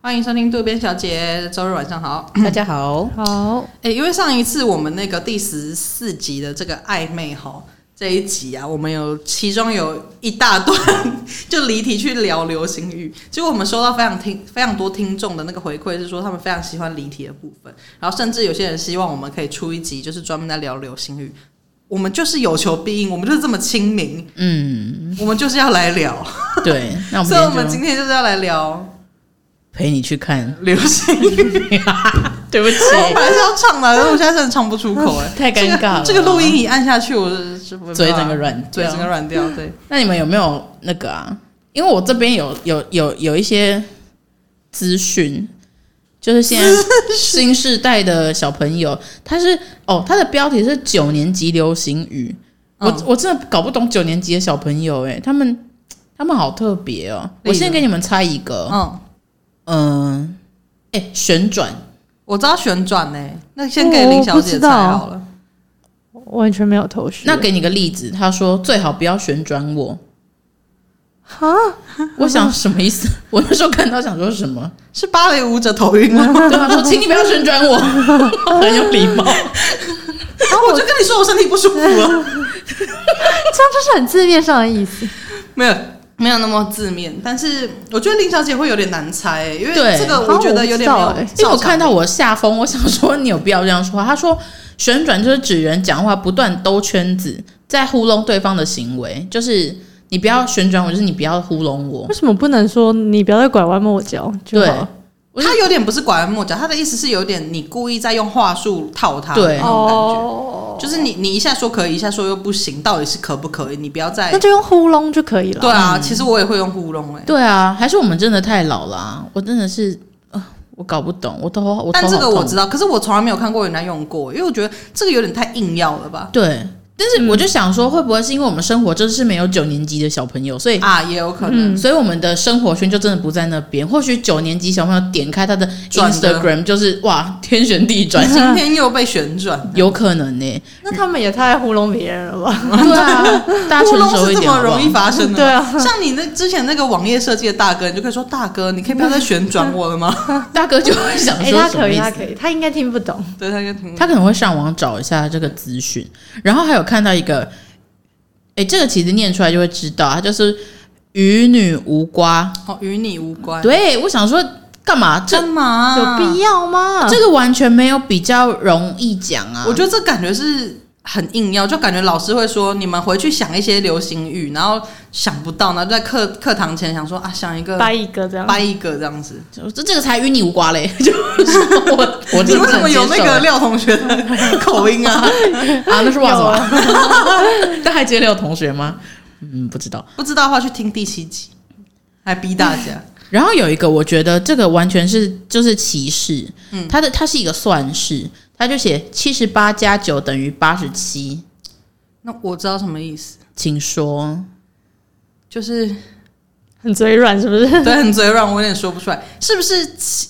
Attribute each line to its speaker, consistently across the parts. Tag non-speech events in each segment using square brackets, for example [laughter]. Speaker 1: 欢迎收听渡边小姐，周日晚上好。
Speaker 2: 大
Speaker 1: [coughs]
Speaker 2: 家好，
Speaker 3: 好，
Speaker 1: 哎、因为上一次我们那个第十四集的这个暧昧哈这一集啊，我们有其中有一大段 [laughs] 就离题去聊流行语，结果我们收到非常听非常多听众的那个回馈是说他们非常喜欢离题的部分，然后甚至有些人希望我们可以出一集就是专门在聊流行语。我们就是有求必应，我们就是这么亲民，
Speaker 2: 嗯，
Speaker 1: 我们就是要来聊，
Speaker 2: 对，那 [laughs]
Speaker 1: [laughs]
Speaker 2: 我
Speaker 1: 所以我
Speaker 2: 们
Speaker 1: 们
Speaker 2: 今
Speaker 1: 今
Speaker 2: 天
Speaker 1: 天
Speaker 2: 就
Speaker 1: 就是要来聊
Speaker 2: 陪你去看，
Speaker 1: 流行语。
Speaker 2: 对不起，
Speaker 1: 我本来是要唱的，但是我现在真的唱不出口哎、
Speaker 2: [laughs] 太尴尬了
Speaker 1: 这个这个录音一按下去，我是是没办法
Speaker 2: 嘴整个软
Speaker 1: 嘴
Speaker 2: 掉
Speaker 1: 整个软掉。对，
Speaker 2: 那你们有没有那个啊？因为我这边有有有有一些资讯， [laughs] 就是现在
Speaker 1: 嗯
Speaker 2: 新世代的小朋友，他是哦，他的标题是九年级流行语，
Speaker 1: 嗯
Speaker 2: 我我真的搞不懂九年级的小朋友、欸，他们他们好特别哦。
Speaker 1: 例如
Speaker 2: 我先给你们猜一个，
Speaker 1: 嗯，
Speaker 2: 嗯，哎、旋转，
Speaker 1: 我知道旋转呢、欸那先
Speaker 2: 哦
Speaker 1: 给林小姐猜好了。
Speaker 3: 完全没有头绪。
Speaker 2: 那给你个例子，他说最好不要旋转我。
Speaker 3: 哈，
Speaker 2: 我想什么意思？ [laughs] 我那时候看到想说什么？
Speaker 1: 是芭蕾舞者头晕吗？
Speaker 2: 对方啊说，请你不要旋转我， [laughs] 很有礼
Speaker 1: [laughs]
Speaker 2: 貌。嗯
Speaker 1: 然 [laughs] 后我就跟你说我身体不舒服
Speaker 2: [laughs]
Speaker 1: 了，
Speaker 3: 这样就是很字面上的意思。
Speaker 1: 没有没有那么字面，但是我觉得林小姐会有点难猜、欸，因为
Speaker 2: 对
Speaker 1: 这个我觉得有点没有
Speaker 3: 啊我不知道
Speaker 1: 照
Speaker 3: 欸
Speaker 1: 常，
Speaker 2: 因为我看到我下风，我想说你有必要这样说话。他说旋转就是指人讲话不断兜圈子，在糊弄对方的行为，就是你不要旋转我，就是你不要糊弄我
Speaker 1: 啊
Speaker 3: 为。什么不能说你不要再拐弯抹角就好了？
Speaker 1: 她有点不是拐弯抹角，她的意思是有点你故意在用话术套她
Speaker 2: 对
Speaker 1: 那种感觉。
Speaker 3: 哦，
Speaker 1: 就是你你一下说可以，一下说又不行，到底是可不可以？你不要再
Speaker 2: 哎
Speaker 3: 那就用呼隆就可以了。
Speaker 1: 对啊，其实我也会用糊弄哎、
Speaker 2: 嗯对啊，还是我们真的太老了、啊，我真的是，呃我搞不懂，我头我头
Speaker 1: 但这个
Speaker 2: 好痛
Speaker 1: 我知道，可是我从来没有看过人家用过，因为我觉得这个有点太硬要了吧？
Speaker 2: 对，但是我就想说，会不会是因为我们生活真是没有九年级的小朋友，所以、
Speaker 1: 啊，也有可能。
Speaker 2: 所以我们的生活圈就真的不在那边。或许九年级小朋友点开他的
Speaker 1: 转的
Speaker 2: Instagram 就是哇，天旋地转，
Speaker 1: [laughs] 今天又被旋转，
Speaker 2: 有可能呢、
Speaker 3: 那他们也太糊弄别人了吧？
Speaker 2: 对啊，大家
Speaker 1: 糊
Speaker 2: 成
Speaker 1: 弄
Speaker 2: 熟
Speaker 1: 是
Speaker 2: 一
Speaker 1: 这
Speaker 2: 点好
Speaker 1: 么
Speaker 2: 不好
Speaker 1: 容易发
Speaker 2: [laughs]
Speaker 1: 生的。
Speaker 3: 对。啊，
Speaker 1: 像你那之前那个网页设计的大哥，你就可以说大哥，你可以不要再旋转我了吗？ [laughs]
Speaker 2: 大哥就会想
Speaker 3: 哎、
Speaker 2: 说
Speaker 3: 他
Speaker 2: 什么
Speaker 3: 可以，
Speaker 2: 意
Speaker 3: 他
Speaker 2: 思？
Speaker 3: 可以，他应该听不懂。
Speaker 1: 对，他就听
Speaker 2: 他可能会上网找一下这个资讯，然后还有看到一个，哎，这个其实念出来就会知道，它就是与女无瓜。
Speaker 1: 哦，与你无关。
Speaker 2: 对，我想说干嘛？这
Speaker 1: 干嘛？
Speaker 2: 啊
Speaker 3: 有必要
Speaker 2: [laughs]
Speaker 3: 吗？
Speaker 2: 这个完全没有比较容易讲啊。
Speaker 1: 我觉得这感觉是很硬要，就感觉老师会说你们回去想一些流行语，然后想不到，然后就在课课堂前想说啊，想一个
Speaker 3: 掰一个这样，
Speaker 1: 掰一个这样子。
Speaker 2: 得这这个才与你无关嘞， [laughs] 就是我
Speaker 1: [laughs]
Speaker 2: 我
Speaker 1: 你为什么有那个廖
Speaker 2: 料
Speaker 1: 同学的口音
Speaker 2: [laughs]
Speaker 1: 啊？
Speaker 2: 啊？那是哇什
Speaker 3: 有
Speaker 2: 么？ [laughs] 但还接六同学吗？嗯，不知道。
Speaker 1: 不知道的话去听第七集，还逼大家。
Speaker 2: 然后有一个，我觉得这个完全是就是歧视，
Speaker 1: 嗯
Speaker 2: 嗯，它的它是一个算式，它就写七十八加九等于八十七，
Speaker 1: 那我知道什么意思，
Speaker 2: 请说。 [laughs]
Speaker 1: 就是
Speaker 3: 很嘴软是不是？
Speaker 1: 对很嘴软，我有点说不出来，是不是七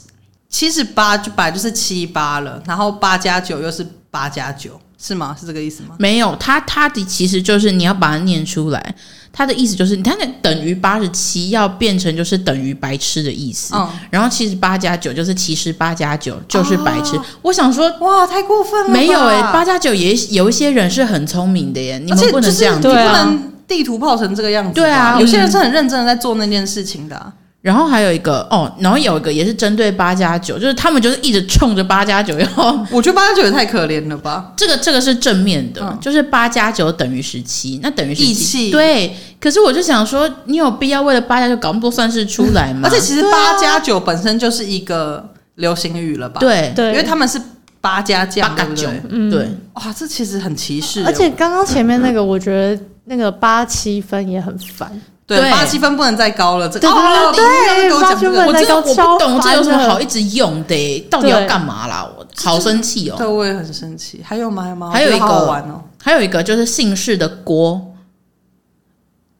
Speaker 1: 七十八就本来就是七八了，然后八加九又是八加九，是吗？是这个意思吗？
Speaker 2: 没有，它它的其实就是你要把它念出来，它的意思就是它的等于八十七要变成就是等于白痴的意思。
Speaker 1: 嗯，
Speaker 2: 然后七十八加九就是七十八加九就是白痴。
Speaker 1: 哦
Speaker 2: 我想说
Speaker 1: 哇，太过分了吧，
Speaker 2: 没有诶、八加九也有一些人是很聪明的耶，你
Speaker 1: 而
Speaker 2: 们
Speaker 1: 且
Speaker 2: 不能这样
Speaker 1: 就是、
Speaker 2: 子。
Speaker 3: 对
Speaker 1: 你不
Speaker 3: 啊
Speaker 1: 能地图炮成这个样子吧。
Speaker 2: 对啊
Speaker 1: 有些人是很认真的在做那件事情的啊、
Speaker 2: 然后还有一个哦，然后有一个也是针对八加九，就是他们就是一直冲着八加九 [laughs] 要。
Speaker 1: 我觉得八加九也太可怜了吧。
Speaker 2: 这个这个是正面的，
Speaker 1: 嗯
Speaker 2: 就是八加九等于十七，那等于
Speaker 1: 义
Speaker 2: 十
Speaker 1: 气
Speaker 2: 七。对，可是我就想说，你有必要为了八加九搞那么多算式出来
Speaker 1: [laughs] 而
Speaker 2: 吗？
Speaker 1: 且其实
Speaker 3: 对啊
Speaker 1: 八加九本身就是一个流行语了吧？，
Speaker 2: 对
Speaker 3: 对，
Speaker 1: 因为他们是八加酱，
Speaker 2: 八
Speaker 1: 对不
Speaker 2: 加九
Speaker 1: 对？，
Speaker 3: 嗯
Speaker 2: 对，
Speaker 1: 哇，这其实很歧视，哦
Speaker 3: 而且刚刚前面那个，我觉得那个八七分也很烦。
Speaker 1: 对
Speaker 2: 对
Speaker 1: 八七分不能再高了，这
Speaker 3: 对对
Speaker 1: 哦
Speaker 3: 对
Speaker 1: 你一定要给我讲这
Speaker 2: 我
Speaker 3: 八七
Speaker 1: 个
Speaker 3: 分，
Speaker 2: 真的我不
Speaker 3: 超
Speaker 2: 懂，这有什么
Speaker 3: 烦的
Speaker 2: 好一直用的耶？到底要干嘛啦？我好生气哦！
Speaker 1: 对我也很生气。还有吗？还有吗？
Speaker 2: 还有一个
Speaker 1: 我觉得好好玩哦，
Speaker 2: 还有一个就是姓氏的郭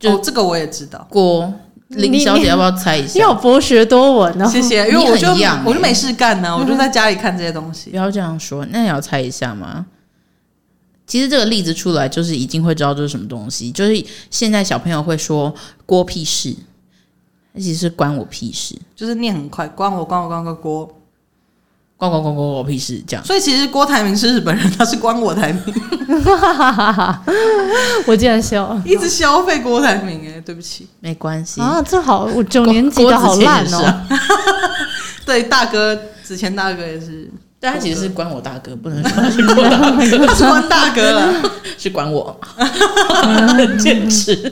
Speaker 2: 就
Speaker 1: 哦，这个我也知道，
Speaker 2: 郭
Speaker 3: 你
Speaker 2: 林小姐，要不要猜一
Speaker 3: 你
Speaker 2: 下
Speaker 3: 好？博学多闻哦，
Speaker 1: 谢谢，因为我就
Speaker 2: 你很样欸嗯
Speaker 1: 我就没事干啊呢，我就在家里看这些东
Speaker 2: 不
Speaker 1: 西。
Speaker 2: 要这样说，那你要猜一下吗？其实这个例子出来，就是一定会知道这是什么东西。就是现在小朋友会说“郭屁事”，其实关我屁事，
Speaker 1: 就是念很快，关我关我关我关我。
Speaker 2: 关关关关我屁事这样。
Speaker 1: 所以其实郭台铭是日本人，他是关我台铭，
Speaker 3: [laughs] 我竟然笑
Speaker 1: 一直消费郭台铭。哎，对不起，
Speaker 2: 没关系，
Speaker 3: 啊！这好，我九年级的好烂
Speaker 2: 郭子
Speaker 3: 哦、
Speaker 2: 乾也是啊
Speaker 1: 对大哥，子前大哥也是，
Speaker 2: 对他其实是关我大哥，不能说他
Speaker 3: [laughs]
Speaker 2: 是郭大哥，
Speaker 1: 他是关大哥啊 [laughs] 了。
Speaker 2: 是管
Speaker 3: [laughs]
Speaker 2: 我， [laughs] 很坚持。
Speaker 1: 这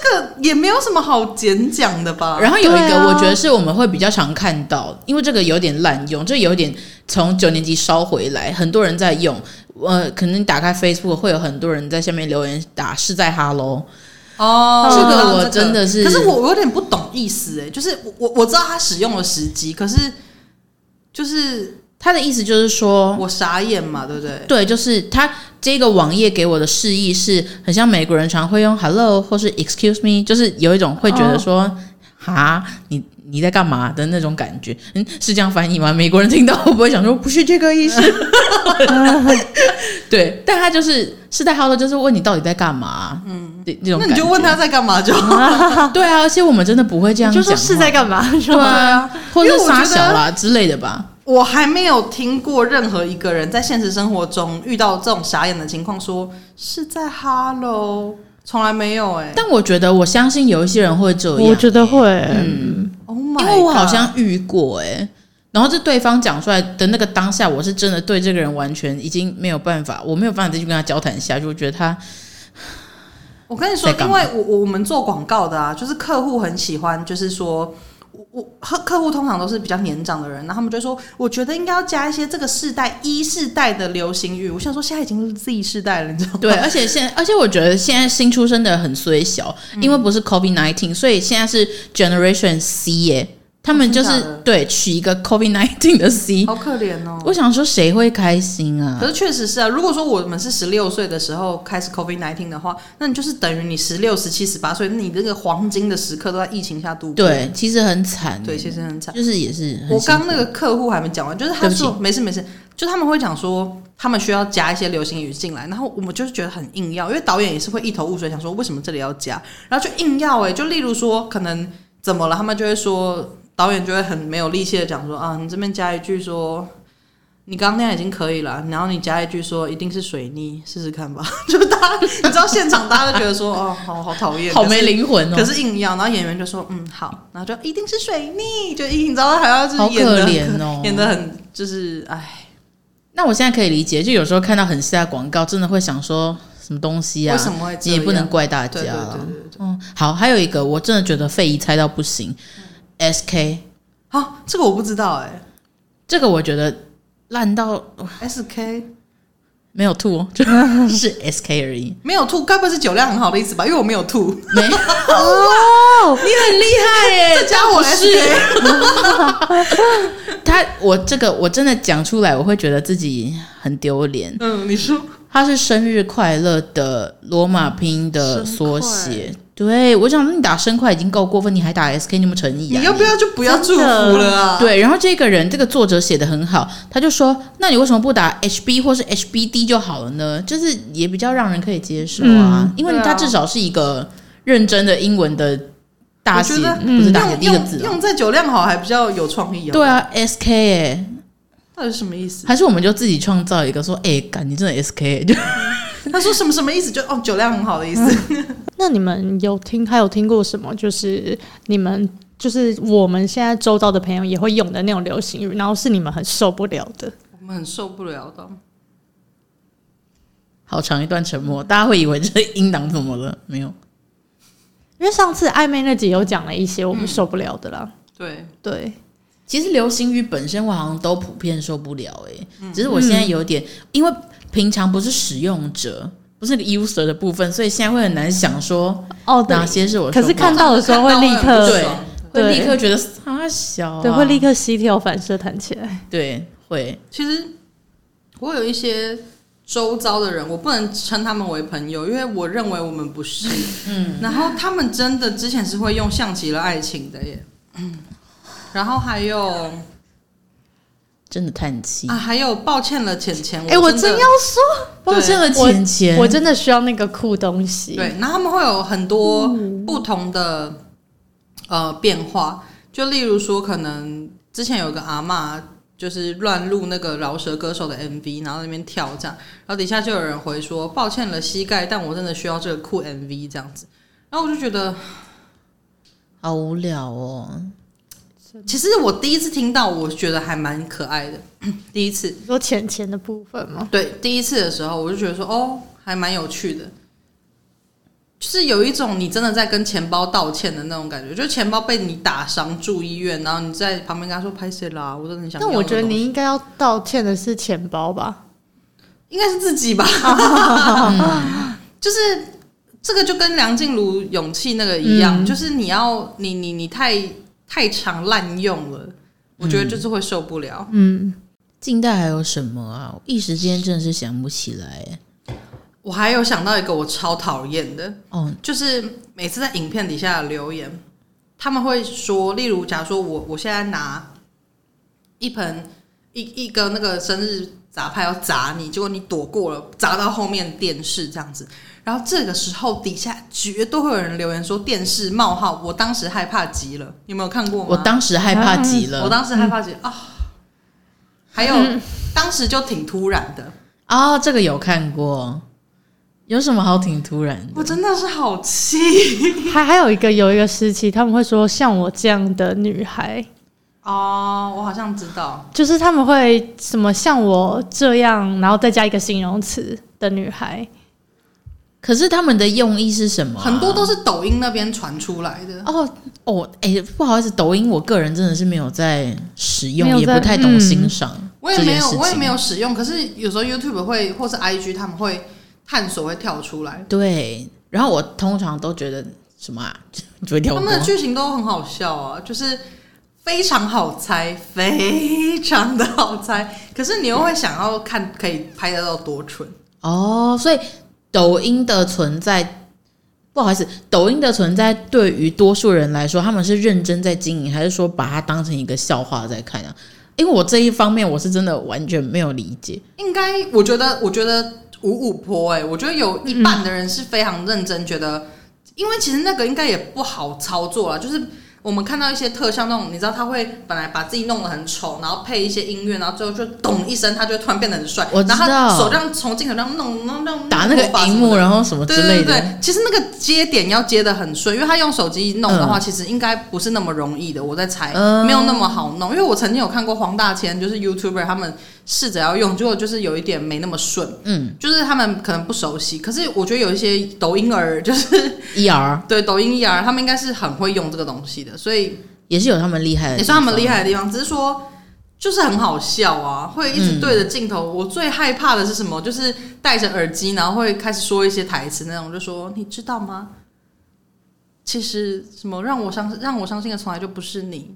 Speaker 1: 个也没有什么好简讲的吧？
Speaker 2: 然后有一
Speaker 3: 对
Speaker 2: 个
Speaker 3: 啊
Speaker 2: 我觉得是我们会比较常看到，因为这个有点滥用，这有点从九年级烧回来，很多人在用。呃，可能你打开 Facebook 会有很多人在下面留言打是在哈喽，
Speaker 1: 哦
Speaker 2: 这
Speaker 1: 我知
Speaker 2: 个
Speaker 1: 道
Speaker 2: 我真的是，
Speaker 1: 可是我我有点不懂意思哎、就是我我我知道他使用的时机，可是就是
Speaker 2: 他的意思就是说，
Speaker 1: 我傻眼嘛，对不对？
Speaker 2: 对，就是他这个网页给我的示意是很像美国人常会用 hello 或是 excuse me，就是有一种会觉得说哈、你你在干嘛的那种感觉。嗯，是这样翻译吗？美国人听到会不会想说不是这个意思？ [laughs] 对，但他就是是在 hello，就是问你到底在干嘛？嗯，那种
Speaker 1: 那
Speaker 2: 感
Speaker 1: 你就问
Speaker 2: 觉
Speaker 1: 他在干嘛就好。
Speaker 2: 对啊，而且我们真的不会这样
Speaker 3: 你
Speaker 2: 讲
Speaker 3: 就
Speaker 2: 话，
Speaker 3: 说是在干嘛？是
Speaker 2: 对
Speaker 3: 吧？
Speaker 2: 啊，或
Speaker 1: 因
Speaker 2: 者
Speaker 1: 为我
Speaker 2: 傻
Speaker 1: 觉得
Speaker 2: 小啦之类的吧。
Speaker 1: 我还没有听过任何一个人在现实生活中遇到这种傻眼的情况，说是在 Hello，从来没有哎、
Speaker 2: 但我觉得，我相信有一些人会这样，
Speaker 3: 我觉得会、
Speaker 2: 嗯
Speaker 1: Oh my，
Speaker 2: 因为我
Speaker 1: God
Speaker 2: 好像遇过哎、然后这对方讲出来的那个当下，我是真的对这个人完全已经没有办法，我没有办法再去跟他交谈下去，我觉
Speaker 1: [laughs]
Speaker 2: 得他
Speaker 1: 我跟你说，
Speaker 2: 在干
Speaker 1: 因
Speaker 2: 嘛
Speaker 1: 为我我们做广告的啊，就是客户很喜欢，就是说。我我客客户通常都是比较年长的人，然后他们就说，我觉得应该要加一些这个世代一世代的流行语。我想说，现在已经是 Z 世代了，你知道吗？
Speaker 2: 对，而且现而且我觉得现在新出生的很虽小，
Speaker 1: 嗯
Speaker 2: 因为不是 COVID nineteen，所以现在是 Generation C 耶、他们就
Speaker 1: 哦真
Speaker 2: 是
Speaker 1: 的假的
Speaker 2: 对取一个 COVID nineteen 的 C，
Speaker 1: 好可怜哦。
Speaker 2: 我想说谁会开心啊
Speaker 1: 可？是确实是啊，如果说我们是十六岁的时候开始 COVID nineteen 的话，那你就是等于你十六、十七、十八岁，那你这个黄金的时刻都在疫情下度过。
Speaker 2: 对，其实很惨，
Speaker 1: 对，其实很惨。
Speaker 2: 就是也是很
Speaker 1: 我
Speaker 2: 辛苦
Speaker 1: 刚那个客户还没讲完，就是他
Speaker 2: 对不起
Speaker 1: 说没事没事，就他们会讲说他们需要加一些流行语进来，然后我们就是觉得很硬要，因为导演也是会一头雾水，想说为什么这里要加，然后就硬要哎、就例如说可能怎么了，他们就会说导演就会很没有力气的讲说啊，你这边加一句说。你刚刚那样已经可以了，然后你加一句说一定是水泥，试试看吧。 [laughs] 就是大家，你知道现场大家都觉得说 [laughs] 哦，好好讨厌，
Speaker 2: 好
Speaker 1: 可是
Speaker 2: 没灵魂哦，
Speaker 1: 可是硬要，然后演员就说嗯好，然后就一定是水逆，就一你知道还要就
Speaker 2: 好
Speaker 1: 是演
Speaker 2: 可
Speaker 1: 的
Speaker 2: 怜哦，
Speaker 1: 演的很就是哎，
Speaker 2: 那我现在可以理解，就有时候看到很瞎的广告，真的会想说什么东西啊？
Speaker 1: 为什么会这
Speaker 2: 你
Speaker 1: 样？
Speaker 2: 也不能怪大家
Speaker 1: 对对对
Speaker 2: 了。
Speaker 1: 对对，
Speaker 2: 嗯，好，还有一个我真的觉得费姨猜到不行，SK
Speaker 1: 好、啊这个我不知道哎、
Speaker 2: 这个我觉得烂到
Speaker 1: s K
Speaker 2: 没有吐、哦， [laughs] 就是 SK 而已，
Speaker 1: 没有吐，该不会是酒量很好的意思吧？因为我没有吐，
Speaker 2: 没有。
Speaker 3: 哦，
Speaker 2: 你很厉害耶，
Speaker 1: [laughs] 这加我 S
Speaker 2: 是
Speaker 1: K，
Speaker 2: 他，我这个我真的讲出来，我会觉得自己很丢脸。
Speaker 1: 嗯，你说
Speaker 2: 它是生日快乐的罗马拼音的缩写。对，我想说你打生快已经够过分，你还打 SK，你有没有诚意啊？
Speaker 1: 你要不要就不要祝福了啊？，
Speaker 2: 对，然后这个人这个作者写的很好，他就说：“那你为什么不打 HB 或是 HBD 就好了呢？就是也比较让人可以接受啊，
Speaker 3: 嗯
Speaker 2: 因为
Speaker 1: 对啊
Speaker 2: 它至少是一个认真的英文的大
Speaker 1: 我觉
Speaker 2: 写，
Speaker 1: 得
Speaker 2: 不是大写
Speaker 1: 用
Speaker 2: 第一个字
Speaker 1: 用
Speaker 2: 啊、
Speaker 1: 用在酒量好还比较有创意、啊。
Speaker 2: 对，啊，SK 哎、
Speaker 1: 到底是什么意思？
Speaker 2: 还是我们就自己创造一个说，哎、干你真的 SK，就
Speaker 1: 他说什么什么意思？就哦，酒量很好的意思。
Speaker 2: 嗯
Speaker 3: 那你们有听还有听过什么？就是你们就是我们现在周遭的朋友也会用的那种流行语，然后是你们很受不了的。
Speaker 1: 我们很受不了的。
Speaker 2: 好长一段沉默，大家会以为这音档怎么了？没有，
Speaker 3: 因为上次暧昧那集有讲了一些我们受不了的啦，
Speaker 2: 嗯
Speaker 1: 对，
Speaker 3: 对，
Speaker 2: 其实流行语本身我好像都普遍受不了哎、
Speaker 3: 嗯
Speaker 2: 只是我现在有点，因为平常不是使用者，不是那个 user 的部分，所以现在会很难想说
Speaker 3: 哦，对
Speaker 2: 哪，些是我受不
Speaker 3: 可是
Speaker 2: 了。
Speaker 3: 看到的时候会立
Speaker 1: 看到会很不
Speaker 3: 刻
Speaker 2: 对
Speaker 1: 爽
Speaker 2: 会
Speaker 3: 对
Speaker 2: 立刻觉得傻小、啊，
Speaker 3: 对，会立刻膝跳反射弹起来。
Speaker 2: 对会
Speaker 1: 其实我有一些周遭的人，我不能称他们为朋友，因为我认为我们不是。嗯，然后他们真的之前是会用象棋了爱情的耶。嗯，然后还有
Speaker 2: 真的叹气。
Speaker 1: 啊，还有抱歉了浅浅，
Speaker 3: 哎，我
Speaker 1: 真
Speaker 3: 真
Speaker 1: 的
Speaker 3: 要说，
Speaker 2: 抱歉了，
Speaker 3: 我
Speaker 2: 浅浅，
Speaker 3: 我真的需要那个酷东西。
Speaker 1: 对，然后他们会有很多不同的呃变化，就例如说，可能之前有个阿嬷就是乱录那个饶舌歌手的 MV，然后在那边跳这样，然后底下就有人回说抱歉了膝盖，但我真的需要这个酷 MV 这样子，然后我就觉得，
Speaker 2: 好无聊哦。
Speaker 1: 其实我第一次听到，我觉得还蛮可爱的， [clears throat] 第一次。
Speaker 3: 你说钱钱的部分吗？
Speaker 1: 对，第一次的时候我就觉得说，哦，还蛮有趣的，就是有一种你真的在跟钱包道歉的那种感觉，就是钱包被你打伤住医院，然后你在旁边跟他说拍谁啦，我真的很想要
Speaker 3: 但
Speaker 1: 那
Speaker 3: 我
Speaker 1: 个东西。
Speaker 3: 觉得你应该要道歉的是钱包吧？
Speaker 1: 应该是自己吧，就是这个就跟梁静茹勇气那个一样，
Speaker 2: 嗯
Speaker 1: 就是你要你你你太太常滥用了，我觉得就是会受不了。
Speaker 3: 嗯，
Speaker 2: 近代还有什么啊？我一时间真的是想不起来耶。
Speaker 1: 我还有想到一个我超讨厌的，
Speaker 2: 哦，
Speaker 1: 就是每次在影片底下留言，他们会说，例如，假如说我我现在拿一盆一一个那个生日砸派要砸你，结果你躲过了，砸到后面电视这样子，然后这个时候底下绝对会有人留言说电视冒号，我当时害怕极了，你们有看
Speaker 3: 啊
Speaker 1: 过吗？
Speaker 2: 我当时害怕极
Speaker 1: 我
Speaker 2: 了。
Speaker 1: 当时害怕极了啊，还
Speaker 2: [laughs]
Speaker 1: 有、当时就挺突然的，
Speaker 2: 啊、这个有看过。有什么好挺突然的？
Speaker 1: 我真的是好气
Speaker 3: 还还有一个有一个时期，他们会说像我这样的女孩，
Speaker 1: 哦，我好像知道。
Speaker 3: 就是他们会什么像我这样，然后再加一个形容词的女孩。
Speaker 2: 可是他们的用意是什么啊、
Speaker 1: 很多都是抖音那边传出来的。
Speaker 2: 哦哦，哎、不好意思，抖音我个人真的是没有在使用，
Speaker 3: 没有
Speaker 2: 也
Speaker 3: 在
Speaker 2: 不太懂欣赏、
Speaker 1: 嗯我也没有，我也没。有使用，可是有时候 YouTube 会或是 IG 他们会探索会跳出来，
Speaker 2: 对，然后我通常都觉得什么啊， [laughs] 就会跳
Speaker 1: 他
Speaker 2: 过
Speaker 1: 们。的剧情都很好笑啊，就是非常好猜， [laughs] 非常的好猜。可是你又会想要看可以拍得到多蠢，
Speaker 2: 哦，所以抖音的存在，不好意思，抖音的存在对于多数人来说，他们是认真在经营，还是说把它当成一个笑话在看啊？因为我这一方面我是真的完全没有理解。
Speaker 1: 应该我觉得，我觉得五五坡哎、我觉得有一半的人是非常认真，觉得，因为其实那个应该也不好操作啦，啊就是我们看到一些特效那种，你知道他会本来把自己弄得很丑，然后配一些音乐，然后最后就咚一声，他就会突然变得很帅，
Speaker 2: 我知
Speaker 1: 然后
Speaker 2: 道
Speaker 1: 他手这样从镜头上弄弄弄
Speaker 2: 打那个
Speaker 1: 头发什
Speaker 2: 荧
Speaker 1: 么的
Speaker 2: 幕，然后什么哦之
Speaker 1: 对对
Speaker 2: 类
Speaker 1: 对
Speaker 2: 的，
Speaker 1: 对，其实那个接点要接的很顺，因为他用手机弄的话，
Speaker 2: 嗯
Speaker 1: 其实应该不是那么容易的。我在猜，
Speaker 2: 嗯
Speaker 1: 没有那么好弄。因为我曾经有看过黄大千，就是 YouTuber 他们试着要用，结果就是有一点没那么顺，
Speaker 2: 嗯
Speaker 1: 就是他们可能不熟悉。可是我觉得有一些抖音儿，就是
Speaker 2: ，ER
Speaker 1: 对抖音 ER，他们应该是很会用这个东西的，所以
Speaker 2: 也是有他们厉
Speaker 3: 哎
Speaker 2: 害的，
Speaker 1: 也算他们厉。害的地方。只是说。就是很好笑啊，会一直对
Speaker 3: 嗯
Speaker 1: 着镜头。我最害怕的是什么？就是戴着耳机，然后会开始说一些台词那种，就说你知道吗？其实什么让我伤让我伤心的从来就不是你，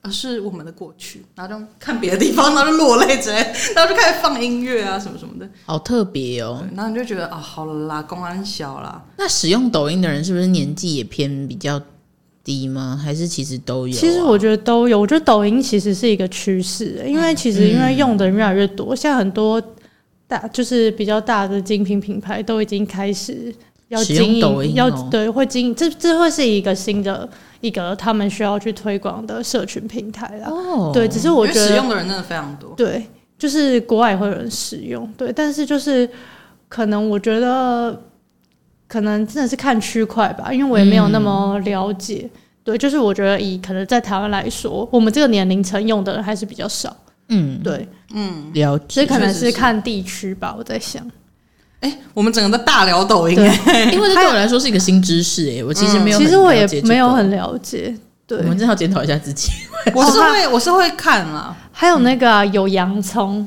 Speaker 1: 而是我们的过去。然后就看别的地方，然后就落泪之类，然后就开始放音乐啊什么什么的。
Speaker 2: 好特别哦
Speaker 1: 对。然后你就觉得啊，好了啦，公安小啦，
Speaker 2: 那使用抖音的人是不是年纪也偏比较低吗？还是其实都有啊、
Speaker 3: 其实我觉得都有，我觉得抖音其实是一个趋势，欸因为其
Speaker 2: 嗯
Speaker 3: 实因为用的人越来越多，现在很多大就是比较大的精品品牌都已经开始要
Speaker 2: 使用
Speaker 3: 经营，
Speaker 2: 抖音
Speaker 3: 要
Speaker 2: 哦
Speaker 3: 对会经营，这这会是一个新的一个他们需要去推广的社群平台啦。
Speaker 2: 哦，
Speaker 3: 对，只是我
Speaker 1: 因为
Speaker 3: 觉得
Speaker 1: 使用的人真的非常多。
Speaker 3: 对，就是国外也会有人使用，对，但是就是可能我觉得可能真的是看区块吧，因为我也没有
Speaker 2: 嗯
Speaker 3: 那么了解。对，就是我觉得以可能在台湾来说，我们这个年龄层用的人还是比较少，
Speaker 2: 嗯，
Speaker 3: 对，
Speaker 2: 了解。
Speaker 3: 所以可能
Speaker 1: 确实
Speaker 3: 是
Speaker 1: 是
Speaker 3: 看地区吧。我在想，
Speaker 1: 哎、我们整个在大聊抖音、
Speaker 3: 对 [laughs]
Speaker 1: 哎
Speaker 2: 因为这对我来说是一个新知识诶、我其实没有、
Speaker 3: 嗯其实我也没有。很了解。对
Speaker 2: 我，们真的要检讨一下自己
Speaker 1: 我是会我是会看啦。
Speaker 3: 还有
Speaker 2: 嗯
Speaker 3: 那个啊、有洋葱，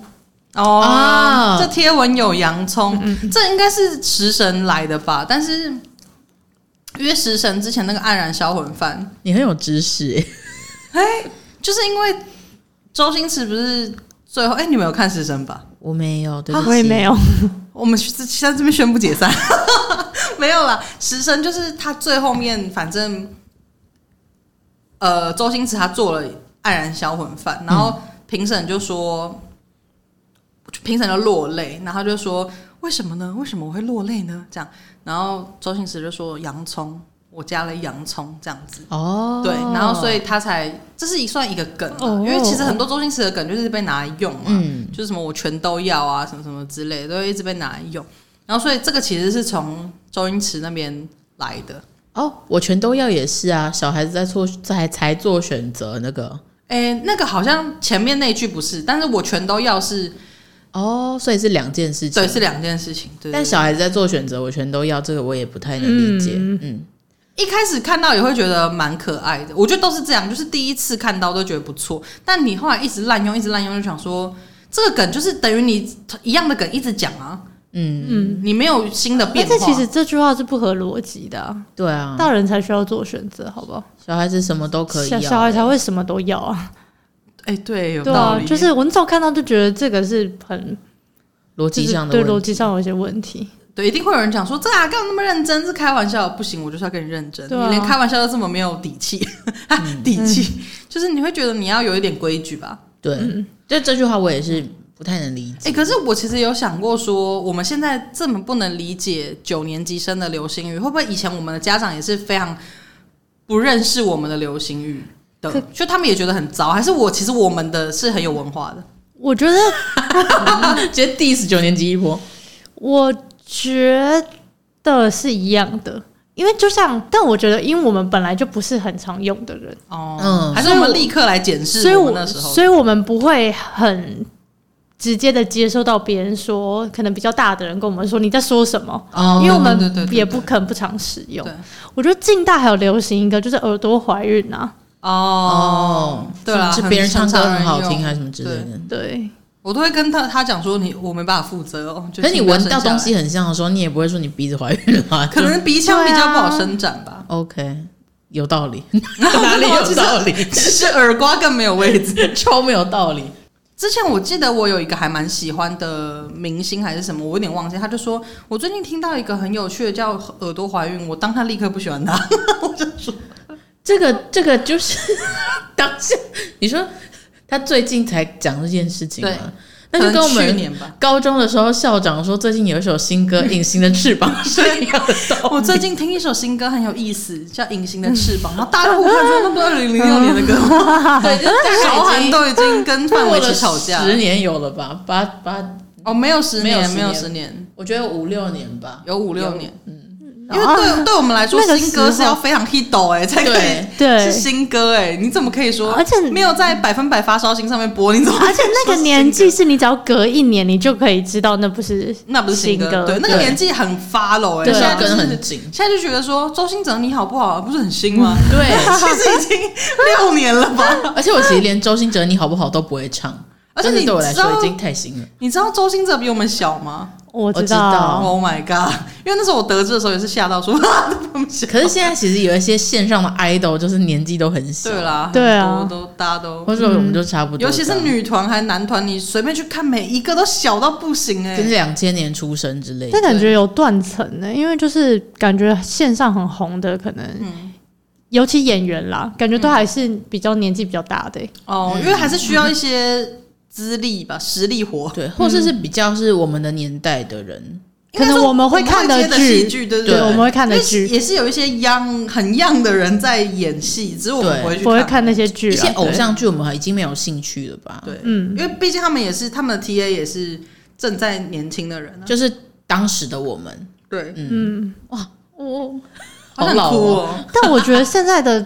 Speaker 1: 哦，
Speaker 2: 啊
Speaker 1: 这贴文有洋葱，这应该是食神来的吧？但是因为食神之前那个黯然销魂饭，
Speaker 2: 你很有知识、欸，
Speaker 1: 就是因为周星驰不是最后哎、你们有看食神吧？
Speaker 2: 我没有，对不起，
Speaker 3: 我也没。有。
Speaker 1: 我们现在这边宣布解散， [laughs] 没有啦。食神就是他最后面，反正呃，周星驰他做了《黯然销魂饭》，然后评审就说，评审就落泪，然后他就说为什么呢？为什么我会落泪呢？这样，然后周星驰就说洋葱。我加了洋葱这样子。
Speaker 2: 哦，
Speaker 1: 对，然后所以他才这是一算一个梗啊、
Speaker 3: 哦
Speaker 1: 因为其实很多周星驰的梗就是被拿来用嘛，
Speaker 2: 嗯
Speaker 1: 就是什么我全都要啊，什么什么之类的，都会一直被拿来用。然后所以这个其实是从周星驰那边来的。
Speaker 2: 哦，我全都要也是啊，小孩子在做在才做选择那个
Speaker 1: 诶，那个好像前面那句不是，但是我全都要是
Speaker 2: 哦，所以是两件事情，
Speaker 1: 对，是两件事情。对，对
Speaker 2: 但
Speaker 1: 对
Speaker 2: 小孩子在做选择，我全都要，这个我也不太能理解。嗯
Speaker 3: 嗯
Speaker 1: 一开始看到也会觉得蛮可爱的，我觉得都是这样，就是第一次看到都觉得不错，但你后来一直滥用，一直滥用，就想说这个梗就是等于你一样的梗一直讲啊，
Speaker 2: 嗯，
Speaker 3: 嗯，
Speaker 1: 你没有新的
Speaker 3: 而
Speaker 1: 变化。
Speaker 3: 且其实这句话是不合逻辑的啊、
Speaker 2: 对啊，
Speaker 3: 大人才需要做选择，好不好？
Speaker 2: 小孩子什么都可以啊
Speaker 3: 小
Speaker 2: 要、
Speaker 3: 小孩才会什么都要啊，
Speaker 1: 哎、对，有
Speaker 3: 对
Speaker 1: 道
Speaker 3: 啊
Speaker 1: 理，，
Speaker 3: 就是我那时候看到就觉得这个是很
Speaker 2: 逻
Speaker 3: 就
Speaker 2: 辑
Speaker 3: 是
Speaker 2: 上的
Speaker 3: 对
Speaker 2: 问题。
Speaker 3: 逻辑上有一些问题，
Speaker 1: 对，一定会有人讲说这哪干嘛那么认真？是开玩笑，不行，我就是要跟你认真。
Speaker 3: 对啊嗯
Speaker 1: 你连开玩笑都这么没有底气， [laughs] 哈
Speaker 2: 嗯
Speaker 1: 底气、就是你会觉得你要有一点规矩吧？
Speaker 2: 对，就这句话我也是不太能理
Speaker 1: [laughs] 哎、
Speaker 2: 解。
Speaker 1: 可是我其实有想过说，我们现在这么不能理解九年级生的流行语，会不会以前我们的家长也是非常不认识我们的流行语的
Speaker 3: 可？
Speaker 1: 就他们也觉得很糟，还是我其实我们的是很有文化的？
Speaker 3: 我觉得
Speaker 2: 直接 diss 九年级一波，
Speaker 3: 我觉得是一样的，因为就像，但我觉得，因为我们本来就不是很常用的人，
Speaker 1: 哦，
Speaker 2: 嗯
Speaker 1: 还是我们立刻来检
Speaker 3: 所以
Speaker 1: 视我
Speaker 3: 我
Speaker 1: 们那时候的
Speaker 3: 所以我们不会很直接的接收到别人说，可能比较大的人跟我们说你在说什么，
Speaker 1: 哦
Speaker 3: 因为我
Speaker 1: 对对对
Speaker 3: 们
Speaker 1: 对
Speaker 3: 也不可能不常使用
Speaker 1: 对。
Speaker 3: 我觉得近代还有流行一个就是耳朵怀孕啊，
Speaker 1: 哦，对啦，
Speaker 2: 是
Speaker 1: 很
Speaker 2: 别人唱歌
Speaker 1: 常
Speaker 2: 啊很好
Speaker 1: 用
Speaker 2: 听还是什么之类的。
Speaker 3: 对，
Speaker 1: 我都会跟他他讲说你我没办法负责哦。就
Speaker 2: 可是你
Speaker 1: 请不要
Speaker 2: 闻
Speaker 1: 生
Speaker 2: 到
Speaker 1: 下
Speaker 2: 东
Speaker 1: 来，
Speaker 2: 西很像的时候，你也不会说你鼻子怀孕了、啊，
Speaker 1: 可能鼻腔比
Speaker 3: 对
Speaker 1: 较
Speaker 3: 啊
Speaker 1: 不好伸展吧。
Speaker 2: OK，有道理，
Speaker 1: 哪
Speaker 2: 哪 [laughs] 里有啊道理？
Speaker 1: 只 [laughs] 是耳瓜更没有位置。
Speaker 2: 超没有道理。
Speaker 1: 之前我记得我有一个还蛮喜欢的明星还是什么，我有点忘记。他就说我最近听到一个很有趣的叫耳朵怀孕，我当他立刻不喜欢他。
Speaker 2: 这个这个就是 [laughs] 当下你说他最近才讲这件事情
Speaker 1: 对
Speaker 2: 吗？ [laughs] 那就跟我
Speaker 1: 可能去
Speaker 2: 们
Speaker 1: 年
Speaker 2: [laughs]
Speaker 1: 吧。
Speaker 2: 高中的时候，校长说最近有一首新歌《隐形的翅膀》
Speaker 1: [laughs]
Speaker 2: 是一样的道理。
Speaker 1: 我最近听一首新歌很有意思，叫《隐形的翅膀》，然后大家都误会说那不是二零零六年的
Speaker 2: [laughs]
Speaker 1: 歌
Speaker 2: 嗯
Speaker 1: [laughs] 吗？
Speaker 2: 对，就是大
Speaker 1: 韶
Speaker 2: 概已
Speaker 1: 涵
Speaker 2: 经
Speaker 1: 都已经跟范玮琪吵架
Speaker 2: [laughs] 过了十年有了吧？八八，
Speaker 1: 哦，没有十年，
Speaker 2: 没
Speaker 1: 没
Speaker 2: 有
Speaker 1: 有
Speaker 2: 十
Speaker 1: 十年，
Speaker 2: 我觉得有五六年吧。
Speaker 1: 有五六年。因
Speaker 3: 然
Speaker 1: 为
Speaker 3: 后
Speaker 1: 对对我们来说，
Speaker 3: 嗯哦那个
Speaker 1: 新歌
Speaker 3: 时
Speaker 1: 是
Speaker 3: 候
Speaker 1: 要非常 hit 哎、才可以
Speaker 2: 对，
Speaker 3: 对
Speaker 1: [laughs] 是新歌哎、你怎么可以说？
Speaker 3: 而且
Speaker 1: 没有在百分百发烧星上面播，你怎么？
Speaker 3: [laughs] 而且那个年纪，是你只要隔一年，你就可以知道那不是
Speaker 1: 那不是新
Speaker 3: 新歌啊
Speaker 1: 对，那个
Speaker 2: 对
Speaker 1: 年纪很 follow 哎、
Speaker 2: 对
Speaker 1: 现在就
Speaker 2: 跟
Speaker 1: 是
Speaker 2: 很
Speaker 1: [laughs]
Speaker 2: 紧
Speaker 1: 现在就觉得说周星哲你好不好，不是很新
Speaker 3: [laughs]
Speaker 1: 吗？
Speaker 2: 对，
Speaker 1: 其实已经六年了吧。
Speaker 2: 而且我其实连周星哲《你好不好》都不会唱，
Speaker 1: 而且
Speaker 2: 真的
Speaker 1: 你
Speaker 2: 对我来
Speaker 1: 知道
Speaker 2: 说已经太新了。
Speaker 1: 你知道周星哲比我们小吗
Speaker 3: 我
Speaker 2: 知
Speaker 3: 知
Speaker 2: 道
Speaker 3: 道。
Speaker 1: ？Oh my god！因为那时候我得知的时候也是吓到说， [laughs] 哇，都比我们小。
Speaker 2: 可是现在其实有一些线上的 idol 就是年纪都很小，
Speaker 1: 对啦，
Speaker 3: 对啊
Speaker 1: 很多都大家都，
Speaker 2: 或者我们就差不多这
Speaker 1: 尤
Speaker 2: 样，
Speaker 1: 其是女团还男团，你随便去看，每一个都小到不行哎、
Speaker 2: 跟两千年出生之类的
Speaker 3: 但。感觉有断层呢，因为就是感觉线上很红的，可能、
Speaker 1: 嗯
Speaker 3: 尤其演员啦，感觉都还是比较年纪比较大的欸、
Speaker 1: 哦，因为还是需要一些资历吧，实力活。
Speaker 2: 对，或者是比较是我们的年代的人，
Speaker 1: 应该
Speaker 3: 可
Speaker 1: 说
Speaker 3: 能
Speaker 1: 我
Speaker 3: 我们会看
Speaker 1: 的
Speaker 3: 的
Speaker 1: 戏
Speaker 3: 剧
Speaker 1: 剧，对不
Speaker 3: 对，我们会看的
Speaker 1: 因为
Speaker 3: 剧，
Speaker 1: 也是有一些 young 很 young 的人在演戏，只是我们不会去
Speaker 3: 不会看那些剧、啊，
Speaker 2: 一些偶
Speaker 3: 对，
Speaker 2: 像剧我们已经没有兴趣了吧？，
Speaker 1: 对，
Speaker 3: 嗯
Speaker 1: 因，为毕竟他们也是他们的 TA 也是正在年轻的人啊。
Speaker 2: 就是当时的我们，
Speaker 1: 对，
Speaker 3: 嗯，哇，我，
Speaker 1: 好想
Speaker 2: 好老
Speaker 1: 哭
Speaker 2: 哦
Speaker 1: 哦。
Speaker 3: 但我觉得现在的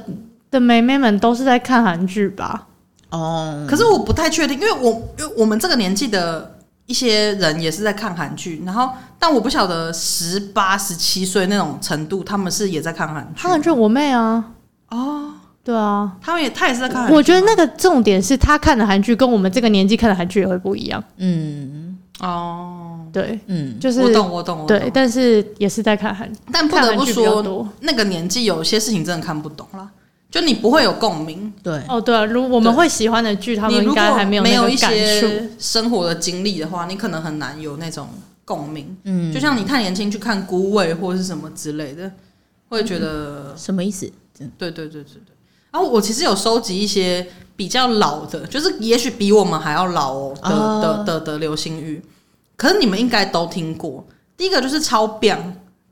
Speaker 3: 的妹妹们都是在看韩剧吧，嗯
Speaker 2: 哦，
Speaker 1: 可是我不太确定，因为我因为我们这个年纪的。一些人也是在看韩剧，然后但我不晓得十八、十七岁那种程度，他们是也在看韩剧
Speaker 3: 看韩剧我妹啊，
Speaker 1: 哦，
Speaker 3: 对啊，
Speaker 1: 他们也他也是在看韩剧吗。
Speaker 3: 我觉得那个重点是她看的韩剧跟我们这个年纪看的韩剧也会不一样，
Speaker 2: 嗯
Speaker 1: 哦，
Speaker 3: 对，
Speaker 2: 嗯，
Speaker 3: 就是
Speaker 1: 我懂，我懂，我懂。
Speaker 3: 对，但是也是在看韩，
Speaker 1: 但不
Speaker 3: 看
Speaker 1: 得
Speaker 3: 韩
Speaker 1: 不
Speaker 3: 剧比较
Speaker 1: 说，
Speaker 3: 多。
Speaker 1: 那个年纪有些事情真的看不懂啦，就你不会有共鸣。
Speaker 2: 对，
Speaker 3: 哦，对、啊，如我们会喜欢的剧，他
Speaker 1: 你
Speaker 3: 们
Speaker 1: 如果
Speaker 3: 应该还没有
Speaker 1: 没
Speaker 3: 那
Speaker 1: 一
Speaker 3: 个感触。
Speaker 1: 些生活的经历的话，你可能很难有那种共鸣。嗯，就像你太年轻去看《孤味》或是什么之类的，会觉得，
Speaker 2: 什么意思？
Speaker 1: 对对对对对。然后我其实有收集一些比较老的，就是也许比我们还要老哦的、
Speaker 2: 哦
Speaker 1: 的的的流行语，可是你们应该都听过。第一个就是超 b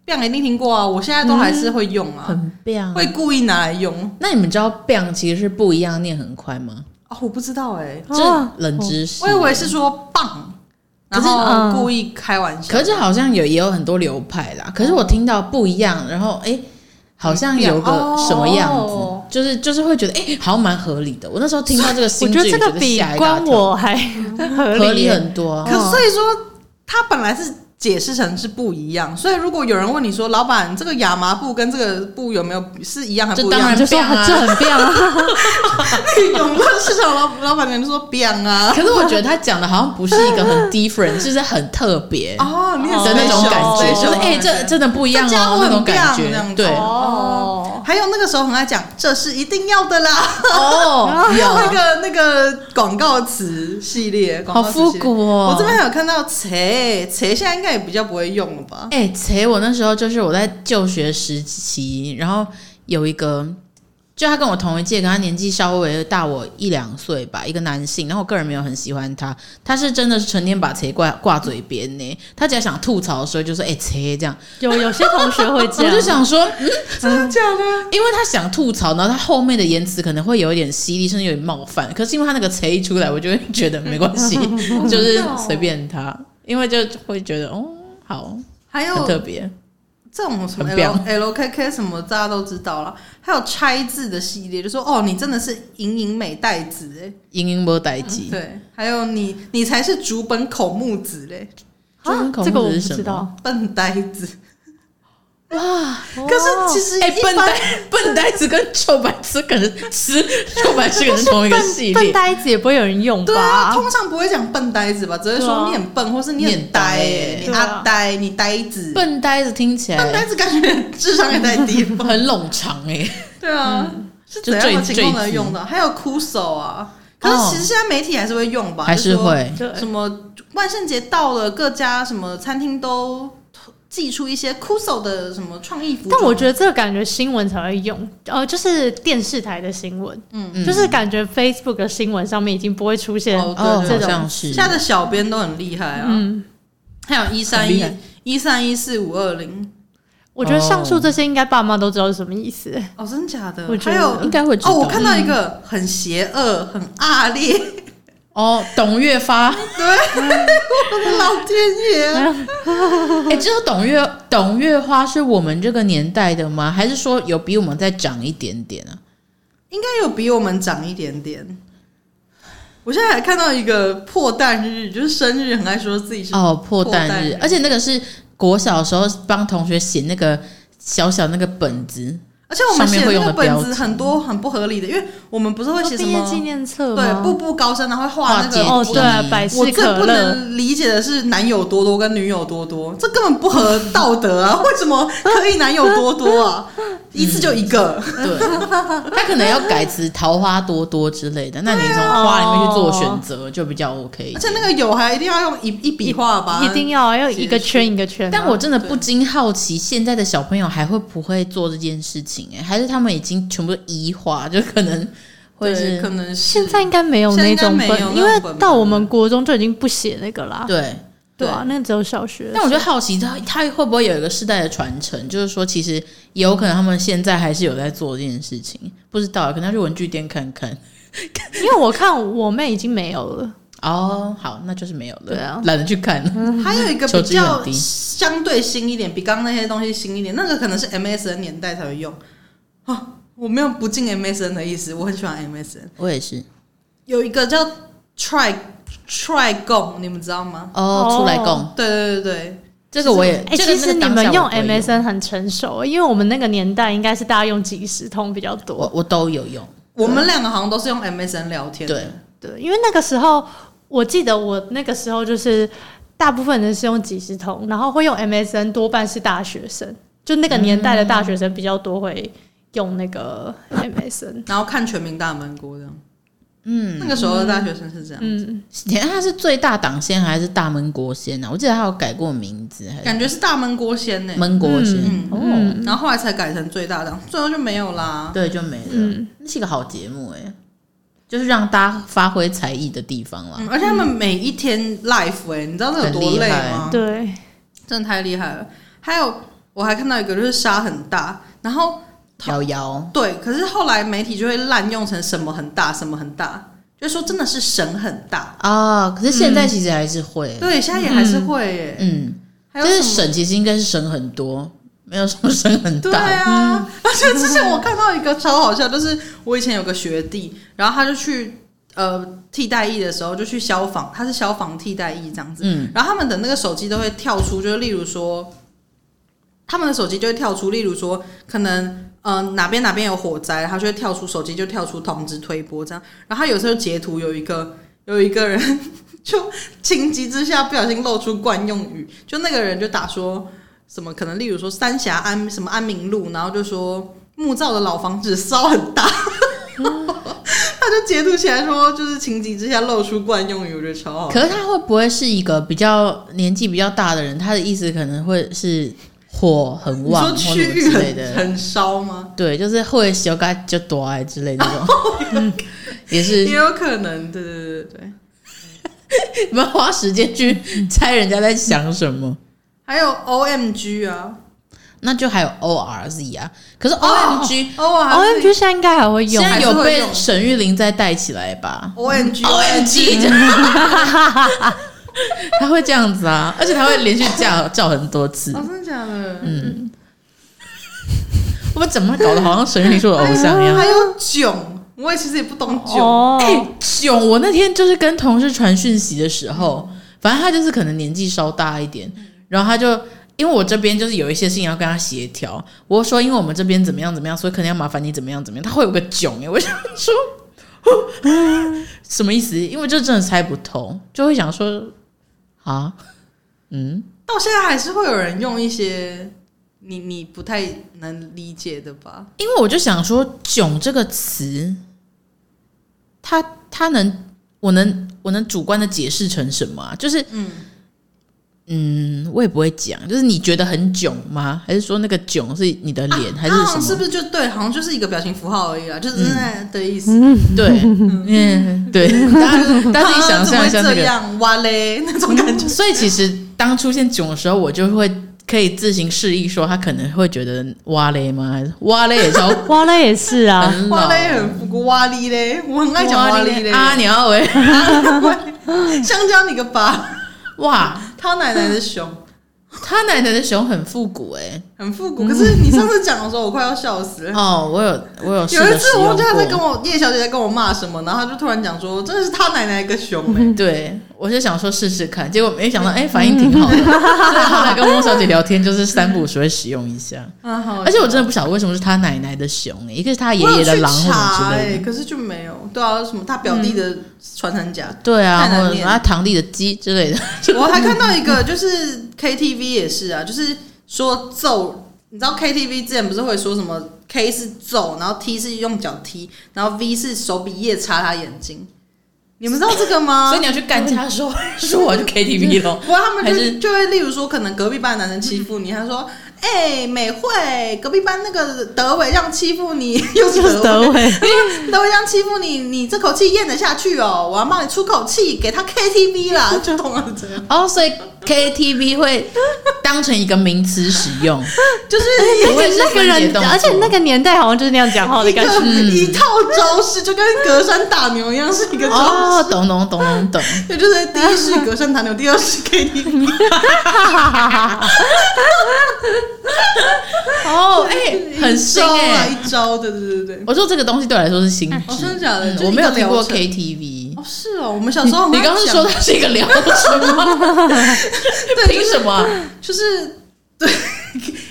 Speaker 1: ，biang 一定听过啊，我现在都还是会用啊，
Speaker 2: 嗯很 biang。
Speaker 1: 会故意拿来用
Speaker 2: 那你们知道 biang 其实是不一样，念很快吗？
Speaker 1: 啊，我不知道哎、
Speaker 2: 这
Speaker 3: 哦
Speaker 2: 是冷知识。
Speaker 1: 我以为是说棒，
Speaker 2: 可
Speaker 1: 然
Speaker 2: 是
Speaker 3: 嗯
Speaker 1: 后故意开玩笑，
Speaker 2: 可是好像有也有很多流派啦。可是我听到不一样，然后哎、诶好像有个
Speaker 1: 哦
Speaker 2: 什么样子，
Speaker 1: 哦
Speaker 2: 就是就是会觉得哎、诶好像蛮合理的。我那时候听到这个
Speaker 3: 我
Speaker 2: 新剧，
Speaker 3: 觉得这个
Speaker 2: 我
Speaker 3: 比
Speaker 2: 吓一大
Speaker 3: 关
Speaker 2: 跳
Speaker 3: 我还合
Speaker 2: 合
Speaker 3: 理
Speaker 2: 理
Speaker 3: 耶，
Speaker 2: 很多啊。
Speaker 1: 可是所以说，它本来是解释成是不一样，所以如果有人问你说，老板这个亚麻布跟这个布有没有是一样还不一
Speaker 2: 这当
Speaker 1: 样
Speaker 2: 然？
Speaker 3: 就说
Speaker 2: 很棒啊
Speaker 3: 这很变啊，
Speaker 1: 永乐市场老老板娘就说 biang 啊，
Speaker 2: [laughs] 可是我觉得他讲的好像不是一个
Speaker 1: [laughs]
Speaker 2: 很 different，就是很特别的
Speaker 1: 哦，你很
Speaker 3: 哦
Speaker 2: 那种感觉，
Speaker 3: special，
Speaker 2: 就是哎、诶这真的不一样哦，那种
Speaker 1: 这
Speaker 2: 感
Speaker 1: 家伙
Speaker 2: 觉，
Speaker 1: 很
Speaker 2: 对，
Speaker 1: 棒
Speaker 3: 哦，
Speaker 1: 还有那个时候很爱讲，这是一定要的啦，
Speaker 2: 哦，
Speaker 1: [laughs] 那
Speaker 2: 有，
Speaker 1: 个那个广告词系列，广
Speaker 2: 好
Speaker 1: 告词系列
Speaker 2: 复古哦。
Speaker 1: 我这边还有看到“切切”，现在应该也比较不会用了吧？
Speaker 2: 哎、切！我那时候就是我在就学时期，然后有一个，就他跟我同一届，可他年纪稍微大我一两岁吧，一个男性。然后我个人没有很喜欢他，他是真的是成天把切挂挂嘴边呢。他只要想吐槽的时候，就说“哎、切”这样。
Speaker 3: 有有些同学会
Speaker 2: 我
Speaker 3: 这样，
Speaker 2: 就想说，嗯
Speaker 1: [laughs] 真的假的？
Speaker 2: 因为他想吐槽，然后他后面的言辞可能会有一点犀利，甚至有点冒犯。可是因为他那个切一出来，我就会觉得没关系，就是随便他，因为就会觉得哦，好，
Speaker 1: 还有
Speaker 2: 很特别。
Speaker 1: 这种什么
Speaker 2: 很
Speaker 1: L L K K 什么，大家都知道了。还有拆字的系列，就说哦，你真的是银银美代子哎、
Speaker 2: 英英波代记。
Speaker 1: 嗯对，还有你你才是竹本口木子嘞，
Speaker 2: 中
Speaker 3: 啊
Speaker 2: 口
Speaker 3: 这个
Speaker 2: 木
Speaker 3: 我
Speaker 2: 子
Speaker 3: 不
Speaker 2: 是
Speaker 3: 知
Speaker 2: 什么
Speaker 3: 道，
Speaker 1: 笨呆子。
Speaker 3: 可
Speaker 1: 可是其实
Speaker 2: 哎、
Speaker 1: 一
Speaker 2: 笨
Speaker 1: 般
Speaker 2: 呆 [laughs] 笨呆子跟臭白痴可能吃臭白痴可能是同一个系
Speaker 3: 笨
Speaker 2: 列，
Speaker 3: 呆子也不会有人用
Speaker 1: 对啊，
Speaker 3: 吧？
Speaker 1: 通常不会讲笨呆子吧，只会
Speaker 3: 对啊
Speaker 1: 说你很笨，或是你
Speaker 2: 你很
Speaker 1: 很呆
Speaker 2: 呆
Speaker 1: 哎、
Speaker 2: 欸
Speaker 1: 你
Speaker 3: 对啊
Speaker 1: 阿呆，你呆子。
Speaker 2: 笨呆子听起
Speaker 1: 笨呆
Speaker 2: 来
Speaker 1: 子感觉智商也太低了吧？
Speaker 2: 很冗长哎、
Speaker 1: [laughs] 对啊，是
Speaker 2: 就
Speaker 1: 怎样的
Speaker 2: 坠
Speaker 1: 情况
Speaker 2: 坠
Speaker 1: 能
Speaker 2: 子
Speaker 1: 用的？还有哭手啊，可是
Speaker 2: 哦
Speaker 1: 其实现在媒体还是会用吧，
Speaker 2: 还
Speaker 1: 就是说
Speaker 2: 会
Speaker 3: 对
Speaker 1: 什么万圣节到了，各家什么餐厅都寄出一些酷手的什么创意服
Speaker 3: 但我觉
Speaker 1: 得
Speaker 3: 得这个感觉新闻才会用，呃，就是电视台的新闻，
Speaker 2: 嗯
Speaker 3: 就是感觉 Facebook 的新闻上面已经不会出现，
Speaker 1: 哦
Speaker 2: 哦，
Speaker 1: 对
Speaker 2: 好
Speaker 3: 这种
Speaker 2: 像是
Speaker 1: 现在的小编都很厉害啊，
Speaker 3: 嗯，
Speaker 1: 还有一三
Speaker 2: 很厉
Speaker 1: 一
Speaker 2: 害、
Speaker 1: 一三一四五二零，
Speaker 3: 我觉得上
Speaker 2: 哦
Speaker 3: 述这些应该爸妈都知道是什么
Speaker 2: [laughs]
Speaker 3: 意思，
Speaker 1: 哦，真的假的
Speaker 3: 我？觉
Speaker 1: 还
Speaker 3: 得
Speaker 1: 有
Speaker 2: 应该会知道
Speaker 1: 哦，我看到一个很邪恶、很恶
Speaker 2: [laughs]
Speaker 1: 劣，
Speaker 2: 哦，董月发
Speaker 1: 我的老天爷啊！
Speaker 2: [laughs] 哎、知道董月董月花是我们这个年代的吗？还是说有比我们再长一点点啊？
Speaker 1: 应该有比我们长一点点。我现在还看到一个破蛋日，就是生日很爱说自己是
Speaker 2: 哦，破
Speaker 1: 破
Speaker 2: 蛋
Speaker 1: 蛋
Speaker 2: 日
Speaker 1: 日，
Speaker 2: 而且那个是国小的时候帮同学写那个小小那个本子，
Speaker 1: 而且我们写
Speaker 2: 上面会
Speaker 1: 那
Speaker 2: 用
Speaker 1: 个
Speaker 2: 的
Speaker 1: 本
Speaker 2: 标哦
Speaker 1: 子
Speaker 2: 志
Speaker 1: 很多很不合理的，因为我们不是会写什
Speaker 3: 毕业纪
Speaker 1: 么
Speaker 3: 念册
Speaker 1: 对
Speaker 3: 吗
Speaker 1: 步步高升，然后会画那
Speaker 2: 画
Speaker 1: 个
Speaker 2: 结
Speaker 3: 哦，
Speaker 2: 节
Speaker 3: 对啊，百
Speaker 1: 我
Speaker 3: 事
Speaker 1: 最
Speaker 3: 可
Speaker 1: 不
Speaker 3: 乐，
Speaker 1: 能理解的是男友多多跟女友多多，这根本不合道德啊！ [laughs] 为什么可以男友多多啊？一次就一个，
Speaker 2: 对，
Speaker 1: [laughs]
Speaker 2: 他可能要改词“桃花多多”之类的，那你从花里面去做选择就比较 OK 一
Speaker 1: 哦
Speaker 2: 点。
Speaker 1: 而且那个有还一定要用一一笔画吧，
Speaker 3: 一定要要一个圈一个圈啊，
Speaker 2: 但我真的不禁好奇，现在的小朋友还会不会做这件事情、欸？还是他们已经全部都一化，就可能会
Speaker 1: 对，
Speaker 2: 是
Speaker 1: 可能是
Speaker 3: 现在应该没有那
Speaker 1: 现
Speaker 3: 种
Speaker 1: 在应该没有那种
Speaker 3: 因为
Speaker 1: 本
Speaker 3: 到我们国中就已经不写那个啦，
Speaker 2: 对。
Speaker 3: 对啊，那个只有小学，
Speaker 2: 但我就好奇他，他会不会有一个世代的传承？就是说，其实有可能他们现在还是有在做这件事情，不知道，可能要去文具店看看。
Speaker 3: 因为我看我妹已经没有了，
Speaker 2: 哦，好，那就是没有了，
Speaker 3: 对啊
Speaker 2: 懒得去看了。
Speaker 1: 还有一个
Speaker 2: 求
Speaker 1: 比
Speaker 2: 知欲
Speaker 1: 较
Speaker 2: 很低
Speaker 1: 相对新一点，比刚刚那些东西新一点，那个可能是 MSN 年代才会用啊。我没有不敬 MSN 的意思，我很喜欢 MSN。
Speaker 2: 我也是，
Speaker 1: 有一个叫 Try Try Go，你们知道吗？
Speaker 2: 哦，出来供，
Speaker 1: 对对对对，
Speaker 2: 这个我也，
Speaker 3: 哎、
Speaker 2: 这个
Speaker 3: 其
Speaker 2: 那个
Speaker 3: 实你
Speaker 2: 当下
Speaker 3: 们
Speaker 2: 我
Speaker 3: 用
Speaker 2: 会
Speaker 3: MSN 很成熟，因为我们那个年代应该是大家用即时通比较
Speaker 2: 我
Speaker 3: 多，
Speaker 2: 我都有用，
Speaker 1: 我们两个好像都是用 MSN 聊天。
Speaker 2: 对，
Speaker 3: 对，因为那个时候我记得我那个时候就是大部分人是用即时通，然后会用 MSN 多半是大学生，就那个年代的大学生比较多会用那个 MSN，
Speaker 1: 然后看《全民大闷锅》这样。嗯，那个时候的大学生是这样，
Speaker 3: 嗯，
Speaker 2: 等一下它是最大党先还是大闷锅先呢、啊？我记得它有改过名字，还
Speaker 1: 感觉是大闷锅先呢、
Speaker 2: 是闷锅先、
Speaker 1: 嗯
Speaker 2: 哦，
Speaker 1: 然后后来才改成最大档，最后就没有啦。
Speaker 2: 对，就没了。
Speaker 3: 嗯
Speaker 2: 那是一个好节目哎、就是让大家发挥才艺的地方啦。
Speaker 1: 嗯，而且他们每一天 life 哎、你知道那有多累
Speaker 2: 嗯很厉害
Speaker 1: 吗？
Speaker 3: 对，
Speaker 1: 真的太厉害了。还有，我还看到一个就是沙很大，然后
Speaker 2: 瑶瑶，
Speaker 1: 对，可是后来媒体就会滥用成什么很大，什么很大，就说真的是神很大。
Speaker 2: 啊，可是现在其实还是会，
Speaker 1: 嗯对，现在也还是会耶，
Speaker 2: 嗯，
Speaker 1: 还有
Speaker 2: 就是
Speaker 1: 什么
Speaker 2: 省其实应该是省很多，没有什么省很
Speaker 1: 对
Speaker 2: 大，嗯
Speaker 1: 啊，而且之前我看到一个超好笑，就是我以前有个学弟，然后他就去呃替代役的时候就去消防，他是消防替代役这样子，
Speaker 2: 嗯
Speaker 1: 然后他们的那个手机都会跳出，就是例如说，他们的手机就会跳出，例如说可能。呃，哪边哪边有火灾，他就会跳出手机，就跳出通知推播这样。然后他有时候截图有一个 [laughs] 有一个人就情急之下不小心露出惯用语，就那个人就打说什么可能，例如说三峡安什么安民路，然后就说木造的老房子烧很大， [laughs] 他就截图起来说，就是情急之下露出惯用语，我觉得超好。
Speaker 2: 可是他会不会是一个比较年纪比较大的人？他的意思可能会是火很
Speaker 1: 你
Speaker 2: 旺
Speaker 1: 说
Speaker 2: 或
Speaker 1: 区
Speaker 2: 什么
Speaker 1: 域
Speaker 2: 之类
Speaker 1: 很
Speaker 2: 的，
Speaker 1: 很烧吗？
Speaker 2: 对，就是会修改就多爱之类的那种，
Speaker 1: [laughs]
Speaker 2: 嗯也是
Speaker 1: 也有可能，对对对对对。
Speaker 2: 你们花时间去猜人家在想什么。
Speaker 1: 还有 O M G 啊
Speaker 2: 那就还有 O R Z 啊，可是 O
Speaker 1: 哦
Speaker 2: M G
Speaker 1: ，O
Speaker 3: O M G 嗯现在应该还会
Speaker 2: 现
Speaker 3: 用，啊
Speaker 2: 在
Speaker 1: 还是
Speaker 2: 有
Speaker 1: 会
Speaker 2: 被
Speaker 1: 用
Speaker 2: 沈玉琳再带起来吧
Speaker 1: O M G
Speaker 2: ？O M G，他会这样子啊，而且他会连续叫叫很多次
Speaker 1: 哦，。真的假的？
Speaker 2: 嗯我们怎么搞得好像沈玉琳是我的偶像一样？
Speaker 1: 哦还有囧，我也其实也不懂囧，
Speaker 3: 哦，
Speaker 2: 哎，囧！我那天就是跟同事传讯息的时候，反正他就是可能年纪稍大一点，然后他就因为我这边就是有一些事情要跟他协调，我就说因为我们这边怎么样怎么样，所以可能要麻烦你怎么样怎么样，他会有个囧哎，我想说。哦啊什么意思？因为就真的猜不透，就会想说啊，嗯，
Speaker 1: 到现在还是会有人用一些你你不太能理解的吧？
Speaker 2: 因为我就想说“囧”这个词，它它能，我能我能主观的解释成什么啊？就是嗯嗯，我也不会讲，就是你觉得很囧吗？还是说那个“囧”是你的脸，还是
Speaker 1: 它好像
Speaker 2: 什么？
Speaker 1: 啊是不是就对，好像就是一个表情符号而已啦，就是嗯的意思。
Speaker 2: 对，嗯，
Speaker 1: [laughs]
Speaker 2: 对，大家大家自己想象一下
Speaker 1: 啊怎么
Speaker 2: 那
Speaker 1: 会这
Speaker 2: 个。
Speaker 1: 样哇嘞那种感觉。
Speaker 2: 所以其实当出现“囧”的时候，我就会可以自行示意说，他可能会觉得哇嘞吗？还是哇嘞也超
Speaker 3: 哇，那也是啊， [laughs]
Speaker 2: 很
Speaker 1: [laughs] 哇
Speaker 2: 老。
Speaker 1: 嘞很复古，哇哩嘞，我很爱讲哇哩嘞。
Speaker 2: 阿鸟喂，
Speaker 1: 香蕉你个爸，
Speaker 2: 哇！
Speaker 1: 他奶奶的熊
Speaker 2: 他奶奶的熊很复古哎、
Speaker 1: 很复古，可是你上次讲的时候，我快要笑死了。
Speaker 2: 哦，我有我有试
Speaker 1: 嗯有一
Speaker 2: 着
Speaker 1: 次，
Speaker 2: 使
Speaker 1: 我
Speaker 2: 用
Speaker 1: 就在跟
Speaker 2: 过。
Speaker 1: 我叶小姐在跟我骂什么，然后她就突然讲说：“真的是他奶奶一个熊
Speaker 2: 嗯
Speaker 1: 哎、
Speaker 2: 对，我就想说试试看，结果没想到哎、反应挺好的。所以后来跟汪小姐聊天，就是三不五时会使用一下。
Speaker 1: 啊，好
Speaker 2: 而且我真的不晓得为什么是他奶奶的熊、哎一个是他爷
Speaker 1: 我有
Speaker 2: 爷的
Speaker 1: 去
Speaker 2: 狼或什
Speaker 1: 查
Speaker 2: 么之
Speaker 1: 哎、
Speaker 2: 类的。嗯
Speaker 1: 可是就没有。对啊，什么他表弟的穿山甲
Speaker 2: 对啊，
Speaker 1: 太难
Speaker 2: 或者什
Speaker 1: 念
Speaker 2: 么他堂弟的鸡之类的。
Speaker 1: 我还看到一个，就是 KTV 也是啊，就是说揍，你知道 KTV 之前不是会说什么 K 是揍，然后 T 是用脚踢，然后 V 是手比耶插他眼睛，你们知道这个吗
Speaker 2: [laughs] 所以？你要去干架的时候，说我要去
Speaker 1: [laughs]
Speaker 2: KTV 咯。
Speaker 1: 不过他们
Speaker 2: 还嗯
Speaker 1: 就是就会，例如说，可能隔壁班的男生欺负你，他说：“哎、美惠，隔壁班那个德伟这样欺负你， [laughs] 又是
Speaker 3: 就是
Speaker 1: 德
Speaker 3: 德
Speaker 1: 伟，
Speaker 3: [laughs] 伟，
Speaker 1: 德伟这样欺负你，你这口气咽得下去哦？我要帮你出口气，给他 KTV
Speaker 2: [laughs]
Speaker 1: 啦，就懂了这样。”
Speaker 2: 哦，所以 KTV 会当成一个名词使
Speaker 1: [laughs]
Speaker 2: 用，
Speaker 1: 哦就是
Speaker 2: 不会
Speaker 3: 而
Speaker 2: 是
Speaker 3: [laughs] 且那个
Speaker 2: 分解动
Speaker 3: 人，
Speaker 2: 作
Speaker 3: 而且那个年代好像就是那样讲话的
Speaker 1: 一个
Speaker 3: 感 [laughs] 觉。
Speaker 2: 嗯
Speaker 1: 一套招式，就跟隔山打牛一样，是一个招式。
Speaker 2: 哦，懂懂懂懂懂。
Speaker 1: 对，就是第一是隔山打牛，第二是 KTV。
Speaker 2: 哦，哎、 [laughs] 很新
Speaker 1: 招
Speaker 2: 哎、
Speaker 1: 啊，一招，对对对对对。
Speaker 2: 我说这个东西对我来说是新知，
Speaker 1: 哦真的假的
Speaker 2: 嗯
Speaker 1: 就
Speaker 2: 我没有听过
Speaker 1: 一个疗
Speaker 2: KTV。
Speaker 1: 哦，是哦，我们小时候很
Speaker 2: 你
Speaker 1: 爱
Speaker 2: 刚刚是说
Speaker 1: 讲
Speaker 2: 它是一个疗程
Speaker 1: [laughs]
Speaker 2: 吗？
Speaker 1: 对，
Speaker 2: 凭
Speaker 1: 就是
Speaker 2: 什么啊？
Speaker 1: 就是 [laughs] 对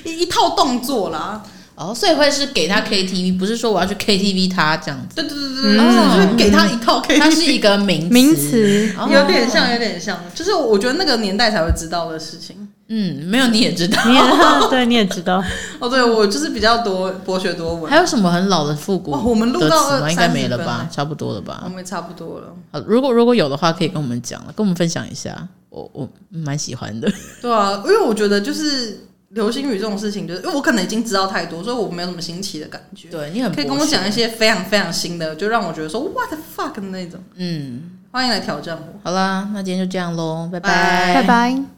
Speaker 1: 一一套动作啦，
Speaker 2: 哦，所以会是给他 KTV，不是说我要去 KTV 他这样子，
Speaker 1: 对对对对，然后就是给他一套
Speaker 2: 嗯它是
Speaker 1: KTV，
Speaker 2: 一个名
Speaker 3: 名词
Speaker 2: 哦
Speaker 1: [laughs] 有点像，有点像，就是我觉得那个年代才会知道的事情。
Speaker 2: 嗯，没有你也知道。
Speaker 3: 你也 [laughs] 对，你也知道，
Speaker 1: 哦，对，我就是比较多博学多闻
Speaker 2: 还，有什么很老的复古
Speaker 1: 哇哦我们录
Speaker 2: 的
Speaker 1: 到
Speaker 2: 词吗？
Speaker 1: 二
Speaker 2: 应该没了
Speaker 1: 30分
Speaker 2: 吧
Speaker 1: 了，
Speaker 2: 差不多了
Speaker 1: 我
Speaker 2: 吧。
Speaker 1: 们也差不多了。
Speaker 2: 好，如果如果有的话，可以跟我们讲了，跟我们分享一下。我我蛮喜欢的，
Speaker 1: 对啊，因为我觉得就是流星雨这种事情，就是因为我可能已经知道太多，所以我没有什么新奇的感觉。
Speaker 2: 对你很
Speaker 1: 可以
Speaker 2: 博
Speaker 1: 跟我
Speaker 2: 学
Speaker 1: 讲一些非常非常新的，就让我觉得说 what the fuck 的那种。
Speaker 2: 嗯，
Speaker 1: 欢迎来挑战我。
Speaker 2: 好啦，那今天就这样喽，拜
Speaker 1: 拜
Speaker 3: 拜拜。